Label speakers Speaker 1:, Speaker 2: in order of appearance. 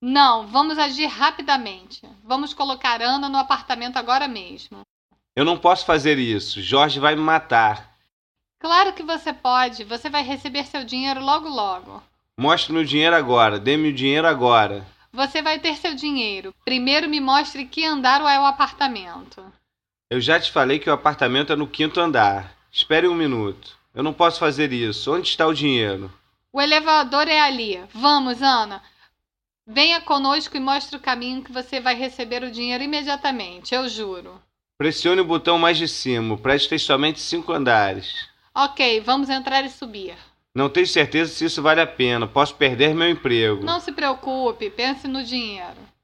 Speaker 1: Não, vamos agir rapidamente. Vamos colocar Ana no apartamento agora mesmo.
Speaker 2: Eu não posso fazer isso. Jorge vai me matar.
Speaker 1: Claro que você pode. Você vai receber seu dinheiro logo logo.
Speaker 2: Mostre-me o dinheiro agora. Dê-me o dinheiro agora.
Speaker 1: Você vai ter seu dinheiro. Primeiro me mostre que andar é o apartamento.
Speaker 2: Eu já te falei que o apartamento é no quinto andar. Espere um minuto. Eu não posso fazer isso. Onde está o dinheiro?
Speaker 1: O elevador é ali. Vamos, Ana. Venha conosco e mostre o caminho que você vai receber o dinheiro imediatamente, eu juro.
Speaker 2: Pressione o botão mais de cima. O prédio tem somente cinco andares.
Speaker 1: Ok, vamos entrar e subir.
Speaker 2: Não tenho certeza se isso vale a pena. Posso perder meu emprego.
Speaker 1: Não se preocupe, pense no dinheiro.